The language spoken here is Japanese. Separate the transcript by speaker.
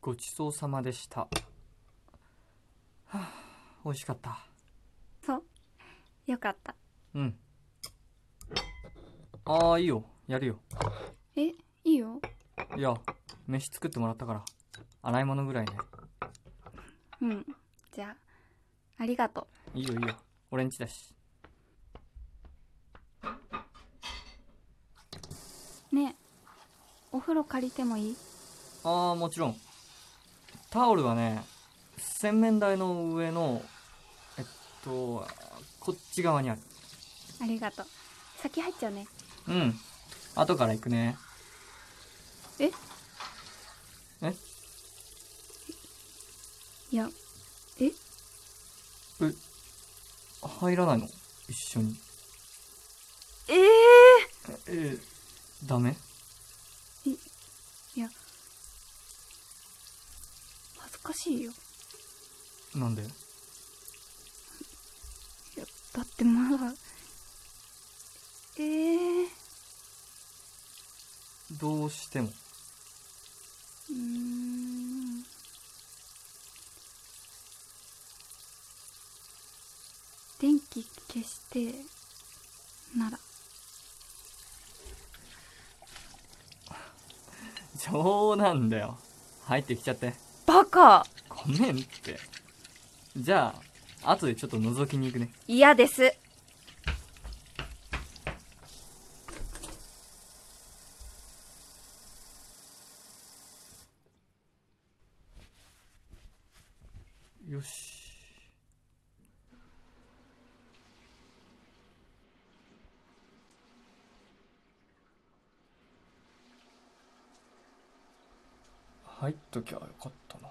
Speaker 1: ごちそうさまでした。はあ、美味しかった。
Speaker 2: よかった
Speaker 1: うん。ああ、いいよ。やるよ。
Speaker 2: いいよ
Speaker 1: いや、飯作ってもらったから。洗い物ぐらいね。
Speaker 2: うんじゃあありがとう
Speaker 1: いいよいいよ。俺んちだし。
Speaker 2: ねえお風呂借りてもいい
Speaker 1: ああ、もちろん。タオルはね、洗面台の上の、えっと、こっち側にある。
Speaker 2: ありがとう先入っちゃうね
Speaker 1: うん。後から行くね。
Speaker 2: え
Speaker 1: え
Speaker 2: いや
Speaker 1: 入らないの一緒に。
Speaker 2: ええ
Speaker 1: えー、ダメ
Speaker 2: 恥ずかしいよ
Speaker 1: なんで
Speaker 2: いやだってまだええ
Speaker 1: どうしても。
Speaker 2: うーん電気消してなら
Speaker 1: 冗談だよ。入ってきちゃって。
Speaker 2: バカ
Speaker 1: ごめんって。じゃあ、後でちょっと覗きに行くね。
Speaker 2: 嫌です
Speaker 1: よし。入っときゃよかったな。